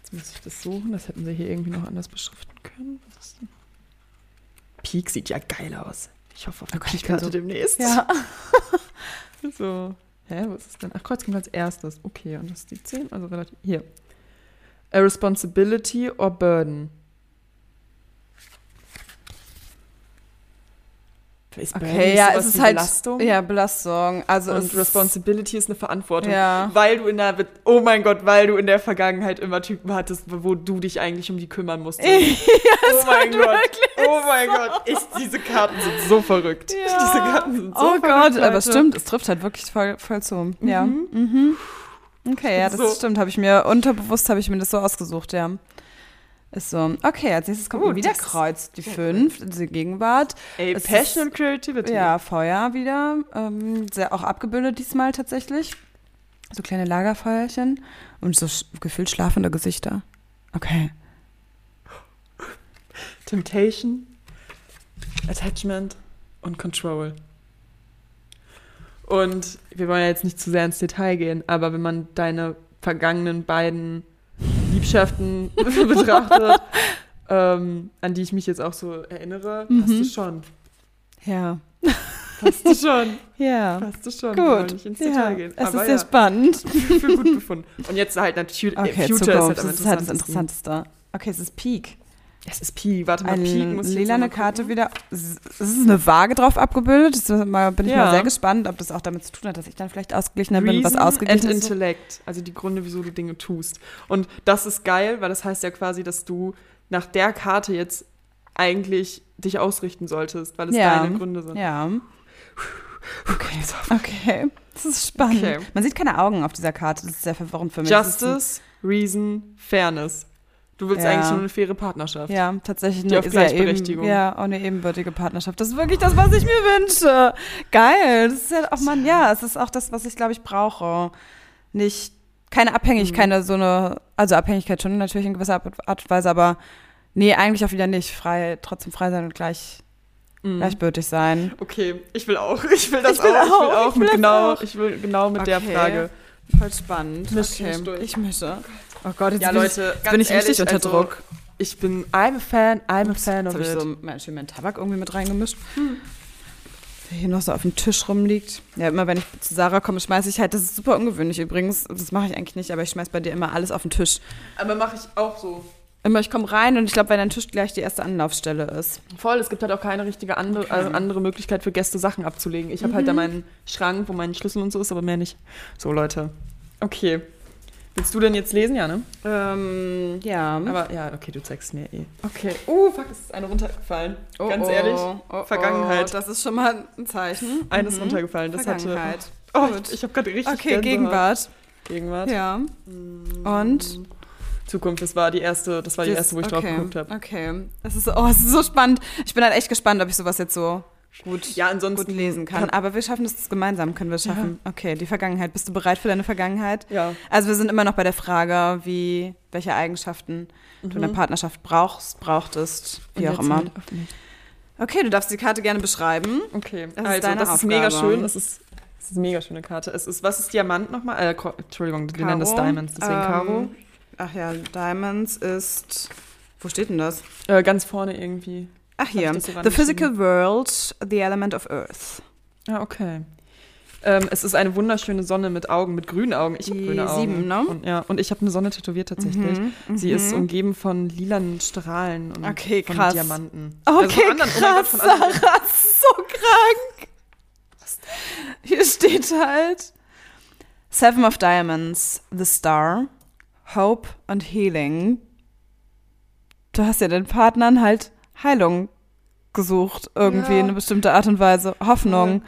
[SPEAKER 1] Jetzt muss ich das suchen. Das hätten sie hier irgendwie noch anders beschriften können. Was ist denn? Peak sieht ja geil aus. Ich hoffe auf
[SPEAKER 2] Oh
[SPEAKER 1] eine
[SPEAKER 2] Gott, ich
[SPEAKER 1] Karte
[SPEAKER 2] bin so-
[SPEAKER 1] demnächst.
[SPEAKER 2] Ja.
[SPEAKER 1] So, hä, was ist denn? Ach, Kreuz kommt als erstes. Okay, und das ist die 10, also relativ. Hier. A responsibility or burden. Ist burden
[SPEAKER 2] Okay,
[SPEAKER 1] nicht
[SPEAKER 2] ja,
[SPEAKER 1] sowas
[SPEAKER 2] es ist
[SPEAKER 1] wie
[SPEAKER 2] halt
[SPEAKER 1] Belastung.
[SPEAKER 2] Ja, Belastung. Also es
[SPEAKER 1] und
[SPEAKER 2] ist-
[SPEAKER 1] Responsibility ist eine Verantwortung.
[SPEAKER 2] Ja.
[SPEAKER 1] Weil du in der, oh mein Gott, weil du in der Vergangenheit immer Typen hattest, wo du dich eigentlich um die kümmern musstest. oh mein
[SPEAKER 2] wird
[SPEAKER 1] Gott, oh mein Gott, ich, diese Karten sind so verrückt.
[SPEAKER 2] Ja.
[SPEAKER 1] Diese Karten sind so
[SPEAKER 2] oh
[SPEAKER 1] verrückt.
[SPEAKER 2] Gott, aber
[SPEAKER 1] Leute.
[SPEAKER 2] es stimmt, es trifft halt wirklich voll, voll zu. Ja.
[SPEAKER 1] Mhm.
[SPEAKER 2] Mhm. Okay, ja, das
[SPEAKER 1] So.
[SPEAKER 2] stimmt. Habe ich mir unterbewusst habe ich mir das so ausgesucht, ja. Ist so. Okay, als nächstes kommt
[SPEAKER 1] Gut,
[SPEAKER 2] wieder
[SPEAKER 1] das-
[SPEAKER 2] Kreuz, die 5, diese Gegenwart.
[SPEAKER 1] Ey,
[SPEAKER 2] Es
[SPEAKER 1] Passion
[SPEAKER 2] ist-
[SPEAKER 1] und Creativity.
[SPEAKER 2] Ja, Feuer wieder. Ähm, sehr auch abgebildet diesmal tatsächlich. So kleine Lagerfeuerchen und so sch gefühlt schlafende Gesichter. Okay.
[SPEAKER 1] Temptation, Attachment und Control. Und wir wollen ja jetzt nicht zu sehr ins Detail gehen, aber wenn man deine vergangenen beiden Liebschaften betrachtet, ähm, an die ich mich jetzt auch so erinnere,
[SPEAKER 2] Mhm.
[SPEAKER 1] passt es schon.
[SPEAKER 2] Ja.
[SPEAKER 1] Passt es schon.
[SPEAKER 2] Ja.
[SPEAKER 1] Passt es schon. Wir wollen
[SPEAKER 2] Gut.
[SPEAKER 1] nicht ins
[SPEAKER 2] ja.
[SPEAKER 1] Detail gehen.
[SPEAKER 2] Es
[SPEAKER 1] aber
[SPEAKER 2] ist sehr
[SPEAKER 1] ja,
[SPEAKER 2] spannend.
[SPEAKER 1] für gut befunden. Und jetzt halt natürlich
[SPEAKER 2] Okay,
[SPEAKER 1] Future
[SPEAKER 2] Zukunft.
[SPEAKER 1] ist halt
[SPEAKER 2] das
[SPEAKER 1] am
[SPEAKER 2] ist halt das
[SPEAKER 1] interessantesten.
[SPEAKER 2] Interessanteste. Okay, es ist Peak.
[SPEAKER 1] Es ist Pi. Warte mal,
[SPEAKER 2] Eine
[SPEAKER 1] Pi muss ich jetzt noch
[SPEAKER 2] lilane
[SPEAKER 1] mal gucken.
[SPEAKER 2] Karte wieder. Es es ist eine Waage drauf abgebildet. Das ist mal, bin ich
[SPEAKER 1] Ja.
[SPEAKER 2] mal sehr gespannt, ob das auch damit zu tun hat, dass ich dann vielleicht ausgeglichener bin, was
[SPEAKER 1] Reason
[SPEAKER 2] ausgeglichen
[SPEAKER 1] and
[SPEAKER 2] ist.
[SPEAKER 1] Intellect, also die Gründe, wieso du Dinge tust. Und das ist geil, weil das heißt ja quasi, dass du nach der Karte jetzt eigentlich dich ausrichten solltest, weil es
[SPEAKER 2] Ja.
[SPEAKER 1] deine Gründe sind.
[SPEAKER 2] Ja. Okay. Okay. Das ist spannend.
[SPEAKER 1] Okay.
[SPEAKER 2] Man sieht keine Augen auf dieser Karte. Das ist sehr verwirrend für mich. Das ist ein-
[SPEAKER 1] Justice, Reason, Fairness. Du willst
[SPEAKER 2] Ja.
[SPEAKER 1] eigentlich nur eine faire Partnerschaft.
[SPEAKER 2] Ja, tatsächlich
[SPEAKER 1] Die
[SPEAKER 2] eine,
[SPEAKER 1] auf
[SPEAKER 2] ja,
[SPEAKER 1] Gleichberechtigung.
[SPEAKER 2] Eben, ja, auch eine ebenbürtige Partnerschaft. Das ist wirklich das, was ich mir wünsche. Geil. Das ist ja auch man, ja, es ist auch das, was ich glaube ich brauche. Nicht keine Abhängigkeit,
[SPEAKER 1] Mhm.
[SPEAKER 2] keine so eine, also Abhängigkeit schon natürlich in gewisser Art Art und Weise, aber nee, eigentlich auch wieder nicht. Frei, trotzdem frei sein und gleich,
[SPEAKER 1] Mhm.
[SPEAKER 2] gleichbürtig sein.
[SPEAKER 1] Okay, ich will auch. Ich will das
[SPEAKER 2] Ich will
[SPEAKER 1] auch. Ich will
[SPEAKER 2] auch,
[SPEAKER 1] auch
[SPEAKER 2] ich will
[SPEAKER 1] mit
[SPEAKER 2] das
[SPEAKER 1] genau,
[SPEAKER 2] auch.
[SPEAKER 1] ich will genau mit der
[SPEAKER 2] Okay.
[SPEAKER 1] Frage.
[SPEAKER 2] Voll spannend.
[SPEAKER 1] Misch
[SPEAKER 2] okay.
[SPEAKER 1] mich durch.
[SPEAKER 2] Ich mische. Oh Gott, jetzt
[SPEAKER 1] Ja,
[SPEAKER 2] bin
[SPEAKER 1] Leute,
[SPEAKER 2] ich,
[SPEAKER 1] ganz
[SPEAKER 2] bin ich
[SPEAKER 1] ehrlich,
[SPEAKER 2] richtig unter
[SPEAKER 1] also,
[SPEAKER 2] Druck.
[SPEAKER 1] Ich bin I'm a fan, I'm a fan of
[SPEAKER 2] Jetzt habe ich
[SPEAKER 1] it. Hm.
[SPEAKER 2] so meinen schönen meinen Tabak irgendwie mit reingemischt. Der hier noch so auf dem Tisch rumliegt. Ja, immer wenn ich zu Sarah komme, schmeiße ich halt, das ist super ungewöhnlich übrigens, das mache ich eigentlich nicht, aber ich schmeiße bei dir immer alles auf den Tisch.
[SPEAKER 1] Aber mache ich auch so.
[SPEAKER 2] Immer, ich komme rein und ich glaube, weil dein Tisch gleich die erste Anlaufstelle ist.
[SPEAKER 1] Voll, es gibt halt auch keine richtige andere, also andere Möglichkeit für Gäste Sachen abzulegen. Ich habe halt da
[SPEAKER 2] Mhm.
[SPEAKER 1] meinen Schrank, wo mein Schlüssel und so ist, aber mehr nicht. So, Leute. Okay. Willst du denn jetzt lesen? Ja, ne?
[SPEAKER 2] Mhm. Ähm, ja.
[SPEAKER 1] Aber ja, okay, du zeigst mir eh. Okay.
[SPEAKER 2] Uh,
[SPEAKER 1] Oh, fuck, es ist eine runtergefallen.
[SPEAKER 2] Oh,
[SPEAKER 1] Ganz
[SPEAKER 2] oh,
[SPEAKER 1] ehrlich.
[SPEAKER 2] oh,
[SPEAKER 1] Vergangenheit.
[SPEAKER 2] Oh, das ist schon mal ein Zeichen.
[SPEAKER 1] Eine ist runtergefallen. Das hatte.
[SPEAKER 2] Mhm. Vergangenheit.
[SPEAKER 1] Oh,
[SPEAKER 2] Gut.
[SPEAKER 1] ich habe gerade richtig.
[SPEAKER 2] Okay,
[SPEAKER 1] Gänsehaut.
[SPEAKER 2] Gegenwart.
[SPEAKER 1] Gegenwart.
[SPEAKER 2] Ja. Und?
[SPEAKER 1] Zukunft, das war die erste, das war die erste, wo ich
[SPEAKER 2] okay.
[SPEAKER 1] drauf geguckt habe.
[SPEAKER 2] Okay. Das ist, oh, es ist so spannend. Ich bin halt echt gespannt, ob ich sowas jetzt so gut
[SPEAKER 1] Ja, ansonsten.
[SPEAKER 2] gut lesen kann. Aber wir schaffen das gemeinsam, können wir es schaffen. Okay, die Vergangenheit. Bist du bereit für deine Vergangenheit?
[SPEAKER 1] Ja.
[SPEAKER 2] Also wir sind immer noch bei der Frage, wie, welche Eigenschaften du in der Partnerschaft brauchst, brauchtest, wie
[SPEAKER 1] Mhm. Und
[SPEAKER 2] auch
[SPEAKER 1] jetzt
[SPEAKER 2] immer.
[SPEAKER 1] halt auf mich.
[SPEAKER 2] Okay, du darfst die Karte gerne beschreiben.
[SPEAKER 1] Okay,
[SPEAKER 2] Das ist
[SPEAKER 1] also
[SPEAKER 2] deine
[SPEAKER 1] das ist mega
[SPEAKER 2] Aufgabe.
[SPEAKER 1] schön. Das ist, das ist eine mega schöne Karte. Es ist, was ist Diamant nochmal? Äh, Ko- Entschuldigung, die nennen das
[SPEAKER 2] Karo.
[SPEAKER 1] Diamonds, deswegen
[SPEAKER 2] Ähm,
[SPEAKER 1] Karo.
[SPEAKER 2] Ach ja, Diamonds ist. Wo steht denn das?
[SPEAKER 1] Äh, ganz vorne irgendwie.
[SPEAKER 2] Ach
[SPEAKER 1] ich
[SPEAKER 2] hier.
[SPEAKER 1] das so
[SPEAKER 2] The
[SPEAKER 1] rangeschrieben?
[SPEAKER 2] physical world, the element of earth. Ah,
[SPEAKER 1] Ja, okay. Ähm, es ist eine wunderschöne Sonne mit Augen, mit grünen Augen. Ich habe
[SPEAKER 2] Die
[SPEAKER 1] grüne Augen.
[SPEAKER 2] sieben, ne?
[SPEAKER 1] Und, ja, und ich habe eine Sonne tätowiert tatsächlich. Sie ist
[SPEAKER 2] mhm.
[SPEAKER 1] umgeben von lilanen Strahlen und
[SPEAKER 2] Okay,
[SPEAKER 1] von
[SPEAKER 2] krass.
[SPEAKER 1] Diamanten.
[SPEAKER 2] Okay,
[SPEAKER 1] von anderen- oh mein Gott,
[SPEAKER 2] krass,
[SPEAKER 1] von anderen-
[SPEAKER 2] Sarah, das ist so krank. Hier steht halt Seven of Diamonds, The Star, Hope and Healing. Du hast ja den Partnern halt Heilung gesucht, irgendwie
[SPEAKER 1] Ja. Oh
[SPEAKER 2] in eine bestimmte Art und Weise, Hoffnung.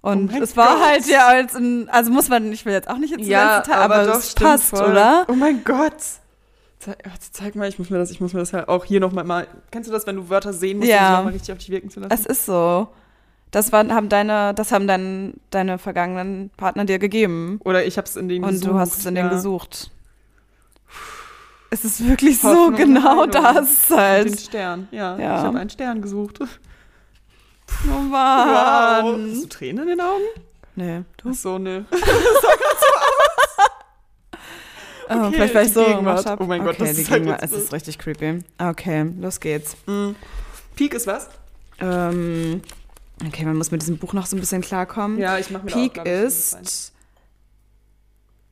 [SPEAKER 2] Und
[SPEAKER 1] mein
[SPEAKER 2] es war
[SPEAKER 1] Gott.
[SPEAKER 2] halt ja als ein, also muss man, ich will jetzt auch nicht jetzt
[SPEAKER 1] ja,
[SPEAKER 2] Teil, aber,
[SPEAKER 1] doch,
[SPEAKER 2] das
[SPEAKER 1] stimmt
[SPEAKER 2] passt,
[SPEAKER 1] voll.
[SPEAKER 2] oder?
[SPEAKER 1] Oh mein Gott. Zeig, warte, zeig mal, ich muss mir das, ich muss mir das halt auch hier nochmal mal. Kennst du das, wenn du Wörter sehen musst, um
[SPEAKER 2] Ja.
[SPEAKER 1] sie nochmal richtig auf dich wirken zu lassen?
[SPEAKER 2] Es ist so. Das waren, haben deine, das haben dein, deine vergangenen Partner dir gegeben.
[SPEAKER 1] Oder ich habe es in denen
[SPEAKER 2] Und
[SPEAKER 1] gesucht.
[SPEAKER 2] du hast es in
[SPEAKER 1] ja.
[SPEAKER 2] den gesucht. Es ist wirklich
[SPEAKER 1] Hoffnung
[SPEAKER 2] so
[SPEAKER 1] und
[SPEAKER 2] genau
[SPEAKER 1] Heilung.
[SPEAKER 2] das
[SPEAKER 1] Und Den
[SPEAKER 2] halt.
[SPEAKER 1] Stern, ja.
[SPEAKER 2] Ja.
[SPEAKER 1] Ich habe einen Stern gesucht.
[SPEAKER 2] Oh Mann.
[SPEAKER 1] Hast du Tränen in den Augen?
[SPEAKER 2] Nee, du.
[SPEAKER 1] Ach so, ne.
[SPEAKER 2] oh,
[SPEAKER 1] Okay,
[SPEAKER 2] vielleicht war ich
[SPEAKER 1] die
[SPEAKER 2] so.
[SPEAKER 1] Gegenwart.
[SPEAKER 2] gemacht hab.
[SPEAKER 1] Oh mein Gott,
[SPEAKER 2] okay,
[SPEAKER 1] das
[SPEAKER 2] die
[SPEAKER 1] ist halt
[SPEAKER 2] Gegenwart.
[SPEAKER 1] jetzt
[SPEAKER 2] Es ist richtig
[SPEAKER 1] Hm.
[SPEAKER 2] creepy. Okay, los geht's.
[SPEAKER 1] Peak ist was?
[SPEAKER 2] Ähm, Okay, man muss mit diesem Buch noch so ein bisschen klarkommen.
[SPEAKER 1] Ja, ich mache mir
[SPEAKER 2] Hm. Peak
[SPEAKER 1] da auch, glaub ich, schon was
[SPEAKER 2] ist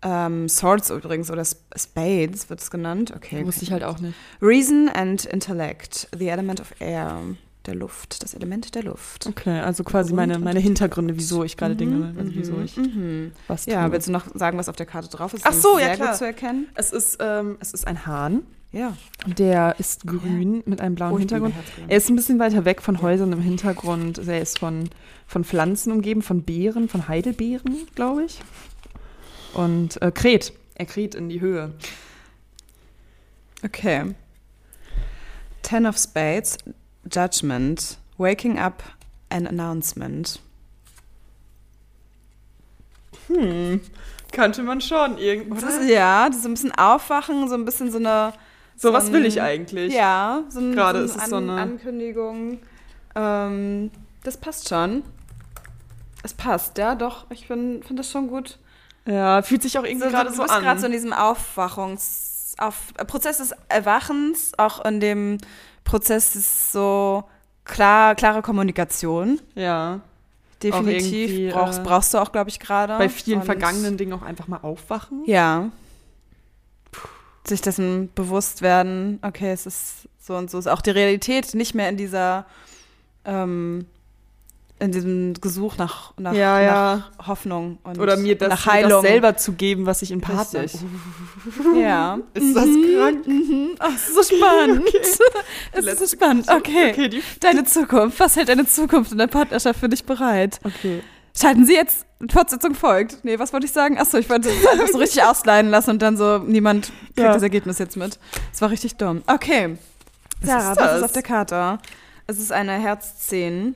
[SPEAKER 2] ähm, Swords übrigens oder Sp- Spades wird es genannt. Okay.
[SPEAKER 1] ein. Wusste ich halt auch nicht.
[SPEAKER 2] Reason and Intellect, the element of air, der Luft, das Element der Luft.
[SPEAKER 1] Okay, also quasi meine, meine Hintergründe, wieso ich gerade Dinge, also wieso ich
[SPEAKER 2] Mhm.
[SPEAKER 1] was tue.
[SPEAKER 2] Ja, willst du noch sagen, was auf der Karte drauf ist?
[SPEAKER 1] Ach
[SPEAKER 2] Die
[SPEAKER 1] so,
[SPEAKER 2] ist
[SPEAKER 1] ja,
[SPEAKER 2] sehr
[SPEAKER 1] klar.
[SPEAKER 2] gut zu erkennen.
[SPEAKER 1] es ist, ähm, es ist ein Hahn,
[SPEAKER 2] Ja.
[SPEAKER 1] der ist grün mit einem
[SPEAKER 2] Oh,
[SPEAKER 1] blauen Hintergrund. Er ist ein bisschen weiter weg von Häusern im Hintergrund. Er ist von, von Pflanzen umgeben, von Beeren, von Heidelbeeren, glaube ich. Und äh, kräht. Er kräht in die Höhe.
[SPEAKER 2] Okay. Ten of Spades, Judgment, Waking Up, an Announcement.
[SPEAKER 1] Hm, kannte man schon irgendwo.
[SPEAKER 2] Das ist, ja, das ist so ein bisschen Aufwachen, so ein bisschen so eine.
[SPEAKER 1] So, was
[SPEAKER 2] ein-
[SPEAKER 1] will ich eigentlich?
[SPEAKER 2] Ja, so ein,
[SPEAKER 1] Gerade
[SPEAKER 2] so
[SPEAKER 1] ist es so eine-
[SPEAKER 2] Ankündigung. Ähm, das passt schon. Es passt, ja, doch. Ich finde das schon gut.
[SPEAKER 1] Ja, fühlt sich auch irgendwie gerade
[SPEAKER 2] du
[SPEAKER 1] so
[SPEAKER 2] bist
[SPEAKER 1] an.
[SPEAKER 2] gerade so in diesem Aufwachungs... Auf, äh, Prozess des Erwachens, auch in dem Prozess des so klar, klare Kommunikation.
[SPEAKER 1] ja. irgendwie,
[SPEAKER 2] Definitiv. Brauchst,
[SPEAKER 1] äh,
[SPEAKER 2] brauchst du auch, glaube ich, gerade.
[SPEAKER 1] Bei vielen
[SPEAKER 2] Und-
[SPEAKER 1] vergangenen Dingen auch einfach mal aufwachen.
[SPEAKER 2] Ja. Sich dessen bewusst werden, okay, es ist so und so, ist auch die Realität nicht mehr in dieser, ähm, in diesem Gesuch nach, nach, nach Hoffnung und
[SPEAKER 1] Oder mir das,
[SPEAKER 2] nach
[SPEAKER 1] mir das
[SPEAKER 2] Heilung.
[SPEAKER 1] selber zu geben, was ich in Partner. Oh,
[SPEAKER 2] Richtig. Ja.
[SPEAKER 1] Ist das krank?
[SPEAKER 2] Ach, es ist so spannend. Es ist so spannend. Okay.
[SPEAKER 1] Okay, die.
[SPEAKER 2] Deine Zukunft. Was hält deine Zukunft in der Partnerschaft für dich bereit?
[SPEAKER 1] Okay.
[SPEAKER 2] Schalten Sie jetzt. Fortsetzung folgt. Nee, was wollte ich sagen? Achso, ich wollte es einfach so richtig ausleihen lassen und dann so, niemand kriegt
[SPEAKER 1] Ja.
[SPEAKER 2] das Ergebnis jetzt mit. Das war richtig dumm. Okay.
[SPEAKER 1] Was
[SPEAKER 2] Sarah,
[SPEAKER 1] ist
[SPEAKER 2] was
[SPEAKER 1] das?
[SPEAKER 2] ist auf der Karte? Es ist eine Herz-10.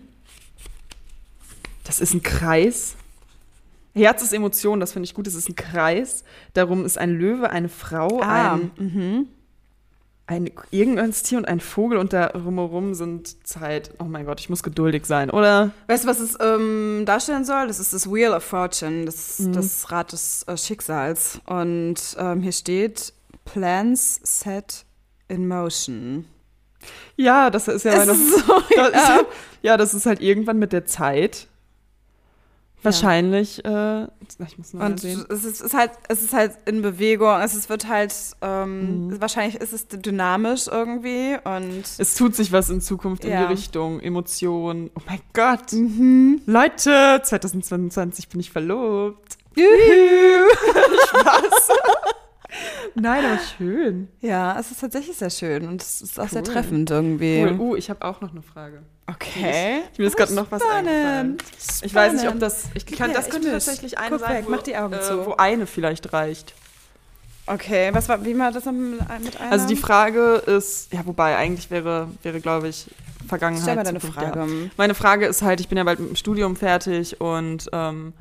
[SPEAKER 1] Das ist ein Kreis. Herz ist Emotion, das finde ich gut. Das ist ein Kreis. Darum ist ein Löwe, eine
[SPEAKER 2] Oh,
[SPEAKER 1] Frau, ein,
[SPEAKER 2] mhm.
[SPEAKER 1] ein irgendein Tier und ein Vogel und da rumherum sind Zeit. Oh mein Gott, ich muss geduldig sein, oder?
[SPEAKER 2] Weißt du, was es ähm, darstellen soll? Das ist das Wheel of Fortune, das, das Rad des äh, Schicksals. Und ähm, hier steht Plans set in motion.
[SPEAKER 1] Ja, das ist ja
[SPEAKER 2] Es
[SPEAKER 1] meine-
[SPEAKER 2] ist so,
[SPEAKER 1] Das
[SPEAKER 2] ja.
[SPEAKER 1] Ist, ja, das ist halt irgendwann mit der Zeit. Wahrscheinlich, äh, ich muss noch mal
[SPEAKER 2] Und
[SPEAKER 1] sehen.
[SPEAKER 2] es ist, ist halt, es ist halt in Bewegung, es ist, wird halt, ähm,
[SPEAKER 1] Mhm.
[SPEAKER 2] wahrscheinlich ist es dynamisch irgendwie und
[SPEAKER 1] Es tut sich was in Zukunft in
[SPEAKER 2] Ja. Mhm.
[SPEAKER 1] die Richtung, Emotionen. Oh mein Gott. Leute, 2022 bin ich verlobt. Spaß. Nein, aber schön.
[SPEAKER 2] ja, es ist tatsächlich sehr schön und es ist auch sehr
[SPEAKER 1] Cool.
[SPEAKER 2] treffend irgendwie.
[SPEAKER 1] Cool. Uh, ich habe auch noch eine Frage.
[SPEAKER 2] Okay.
[SPEAKER 1] Ich mir ist gerade noch was
[SPEAKER 2] Spannend.
[SPEAKER 1] eingefallen. Ich weiß nicht, ob
[SPEAKER 2] Spannend.
[SPEAKER 1] das. Ich kann,
[SPEAKER 2] Ja,
[SPEAKER 1] das
[SPEAKER 2] ich
[SPEAKER 1] könnte
[SPEAKER 2] bin-
[SPEAKER 1] tatsächlich eine
[SPEAKER 2] guck
[SPEAKER 1] sein,
[SPEAKER 2] weg, mach die Augen
[SPEAKER 1] äh,
[SPEAKER 2] zu.
[SPEAKER 1] wo eine vielleicht reicht.
[SPEAKER 2] Okay, was war, wie war das noch mit mit einer?
[SPEAKER 1] Also die Frage ist, ja, wobei eigentlich wäre, wäre glaube ich, Vergangenheit.
[SPEAKER 2] Stell mal deine
[SPEAKER 1] Zukunft,
[SPEAKER 2] Frage.
[SPEAKER 1] halt Ja. Meine Frage ist halt, ich bin ja bald mit dem Studium fertig und ähm,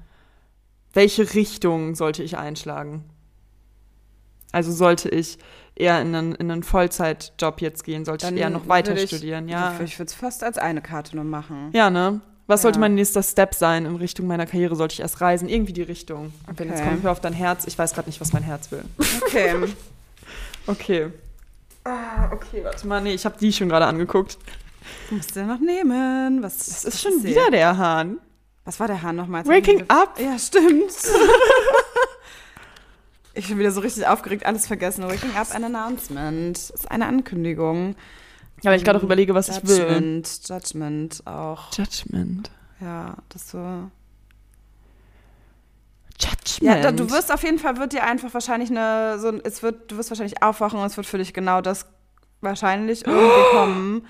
[SPEAKER 1] welche Richtung sollte ich einschlagen? Also sollte ich eher in einen, in einen Vollzeitjob jetzt gehen? Sollte ich eher noch weiter
[SPEAKER 2] würde ich-
[SPEAKER 1] studieren? Ja.
[SPEAKER 2] Also Ich würde es fast als eine Karte nur machen.
[SPEAKER 1] Ja, ne? Was
[SPEAKER 2] Ja.
[SPEAKER 1] sollte mein nächster Step sein in Richtung meiner Karriere? Sollte ich erst reisen? Irgendwie die Richtung. Okay. Jetzt
[SPEAKER 2] Okay.
[SPEAKER 1] komme ich mir auf dein Herz. Ich weiß gerade nicht, was mein Herz will.
[SPEAKER 2] Okay.
[SPEAKER 1] Okay. Ah, okay, warte mal. Nee, ich habe die schon gerade angeguckt.
[SPEAKER 2] Musst du noch nehmen? Was
[SPEAKER 1] Das
[SPEAKER 2] was
[SPEAKER 1] ist schon
[SPEAKER 2] hier?
[SPEAKER 1] wieder der Hahn.
[SPEAKER 2] Was war der Hahn nochmal? Jetzt haben
[SPEAKER 1] Waking
[SPEAKER 2] wir-
[SPEAKER 1] up.
[SPEAKER 2] Ja, stimmt. ich bin wieder so richtig aufgeregt, alles vergessen. Waking up an announcement. Ist eine Ankündigung.
[SPEAKER 1] Ja, weil ich gerade auch überlege, was ich will.
[SPEAKER 2] Judgment, Judgment auch.
[SPEAKER 1] Judgment.
[SPEAKER 2] Ja, dass du.
[SPEAKER 1] Judgment.
[SPEAKER 2] Ja, da, du wirst auf jeden Fall wird dir einfach wahrscheinlich eine so ein- es wird du wirst wahrscheinlich aufwachen und es wird für dich genau das wahrscheinlich irgendwie kommen,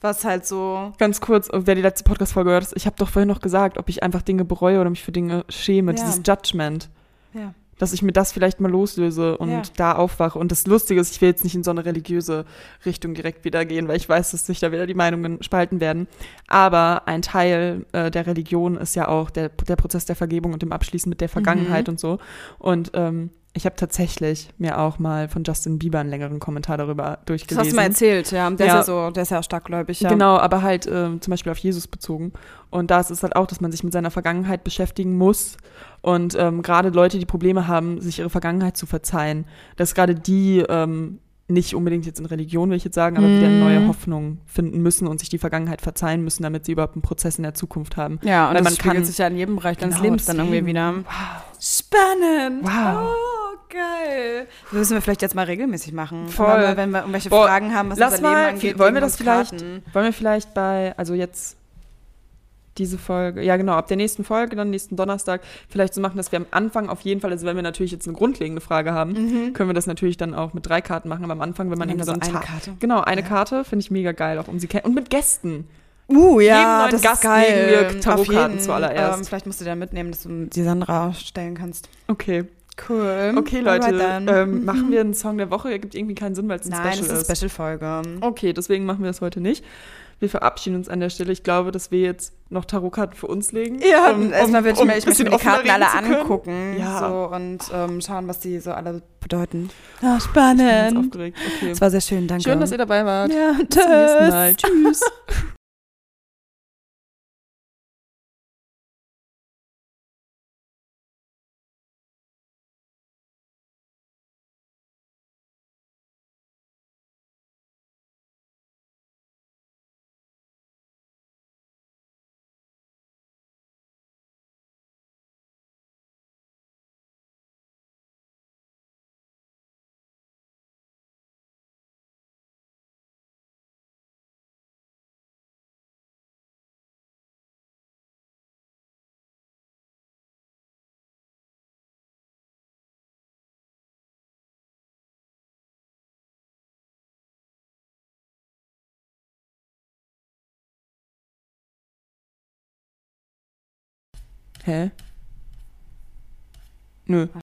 [SPEAKER 2] was halt so
[SPEAKER 1] Ganz kurz, oh, wer die letzte Podcast-Folge gehört hat, ich habe doch vorhin noch gesagt, ob ich einfach Dinge bereue oder mich für Dinge schäme.
[SPEAKER 2] Ja.
[SPEAKER 1] Dieses Judgment.
[SPEAKER 2] ja.
[SPEAKER 1] Dass ich mir das vielleicht mal loslöse und
[SPEAKER 2] Ja.
[SPEAKER 1] da aufwache. Und das Lustige ist, ich will jetzt nicht in so eine religiöse Richtung direkt wieder gehen, weil ich weiß, dass sich da wieder die Meinungen spalten werden. Aber ein Teil äh, der Religion ist ja auch der, der Prozess der Vergebung und dem Abschließen
[SPEAKER 2] Mhm.
[SPEAKER 1] mit der Vergangenheit und so. Und ähm, ich habe tatsächlich mir auch mal von Justin Bieber einen längeren Kommentar darüber
[SPEAKER 2] Das
[SPEAKER 1] durchgelesen.
[SPEAKER 2] hast du mal erzählt, ja. Der
[SPEAKER 1] Ja.
[SPEAKER 2] ist ja so, der ist ja auch starkgläubig, ja.
[SPEAKER 1] Genau, aber halt ähm, zum Beispiel auf Jesus bezogen. Und da ist es halt auch, dass man sich mit seiner Vergangenheit beschäftigen muss. Und ähm, gerade Leute, die Probleme haben, sich ihre Vergangenheit zu verzeihen, dass gerade die ähm, nicht unbedingt jetzt in Religion, will ich jetzt sagen, aber wieder eine neue Hoffnung finden müssen und sich die Vergangenheit verzeihen müssen, damit sie überhaupt einen Prozess in der Zukunft haben.
[SPEAKER 2] Ja, und
[SPEAKER 1] Weil
[SPEAKER 2] das
[SPEAKER 1] man kann-
[SPEAKER 2] spiegelt sich ja in jedem Bereich deines
[SPEAKER 1] Genau,
[SPEAKER 2] Lebens dann irgendwie
[SPEAKER 1] deswegen.
[SPEAKER 2] wieder. Spannend.
[SPEAKER 1] Wow.
[SPEAKER 2] Oh, geil. Das müssen wir vielleicht jetzt mal regelmäßig machen.
[SPEAKER 1] Voll.
[SPEAKER 2] Immer Mal, wenn wir irgendwelche
[SPEAKER 1] Boah,
[SPEAKER 2] Fragen haben, was
[SPEAKER 1] Lass
[SPEAKER 2] unser Leben
[SPEAKER 1] mal,
[SPEAKER 2] angeht.
[SPEAKER 1] wollen wir
[SPEAKER 2] legen
[SPEAKER 1] das
[SPEAKER 2] uns
[SPEAKER 1] vielleicht,
[SPEAKER 2] Karten.
[SPEAKER 1] wollen wir vielleicht bei, also jetzt diese Folge, ja genau, ab der nächsten Folge, dann nächsten Donnerstag, vielleicht so machen, dass wir am Anfang auf jeden Fall, also wenn wir natürlich jetzt eine grundlegende Frage haben, können wir das natürlich dann auch mit drei Karten machen, aber am Anfang, wenn man
[SPEAKER 2] Nehmen
[SPEAKER 1] eben
[SPEAKER 2] wir
[SPEAKER 1] Mhm. so
[SPEAKER 2] so
[SPEAKER 1] einen
[SPEAKER 2] eine
[SPEAKER 1] Tag-
[SPEAKER 2] Karte.
[SPEAKER 1] Genau, eine Karte finde ich mega geil, auch um sie kennen. Und mit Gästen.
[SPEAKER 2] Uh,
[SPEAKER 1] Jedem
[SPEAKER 2] ja,
[SPEAKER 1] neuen
[SPEAKER 2] das
[SPEAKER 1] Gast
[SPEAKER 2] ist geil. Ähm,
[SPEAKER 1] legen wir Tarotkarten
[SPEAKER 2] Auf jeden.
[SPEAKER 1] zuallererst.
[SPEAKER 2] Ähm, vielleicht musst du dann mitnehmen, dass du die Sandra stellen kannst.
[SPEAKER 1] Okay.
[SPEAKER 2] Cool.
[SPEAKER 1] Okay, Leute, ähm, machen wir einen Song der Woche. Ergibt irgendwie keinen Sinn, weil es ein
[SPEAKER 2] Nein,
[SPEAKER 1] Special
[SPEAKER 2] das ist
[SPEAKER 1] ist.
[SPEAKER 2] eine Special-Folge.
[SPEAKER 1] Okay, deswegen machen wir das heute nicht. Wir verabschieden uns an der Stelle. Ich glaube, dass wir jetzt noch Tarotkarten für uns legen.
[SPEAKER 2] Ja,
[SPEAKER 1] um- um-
[SPEAKER 2] erstmal würde ich,
[SPEAKER 1] um
[SPEAKER 2] mir- ich möchte
[SPEAKER 1] bisschen
[SPEAKER 2] mir die
[SPEAKER 1] offener
[SPEAKER 2] Karten
[SPEAKER 1] reden
[SPEAKER 2] alle
[SPEAKER 1] zu können.
[SPEAKER 2] angucken
[SPEAKER 1] Ja.
[SPEAKER 2] so, und ähm, schauen, was die so alle bedeuten.
[SPEAKER 1] Ah, Ich bin ganz
[SPEAKER 2] spannend.
[SPEAKER 1] aufgeregt. Okay.
[SPEAKER 2] Es war sehr schön, danke.
[SPEAKER 1] Schön, dass ihr dabei wart.
[SPEAKER 2] ja, tschüss.
[SPEAKER 1] Bis zum nächsten Mal. Tschüss. Hä? Nö.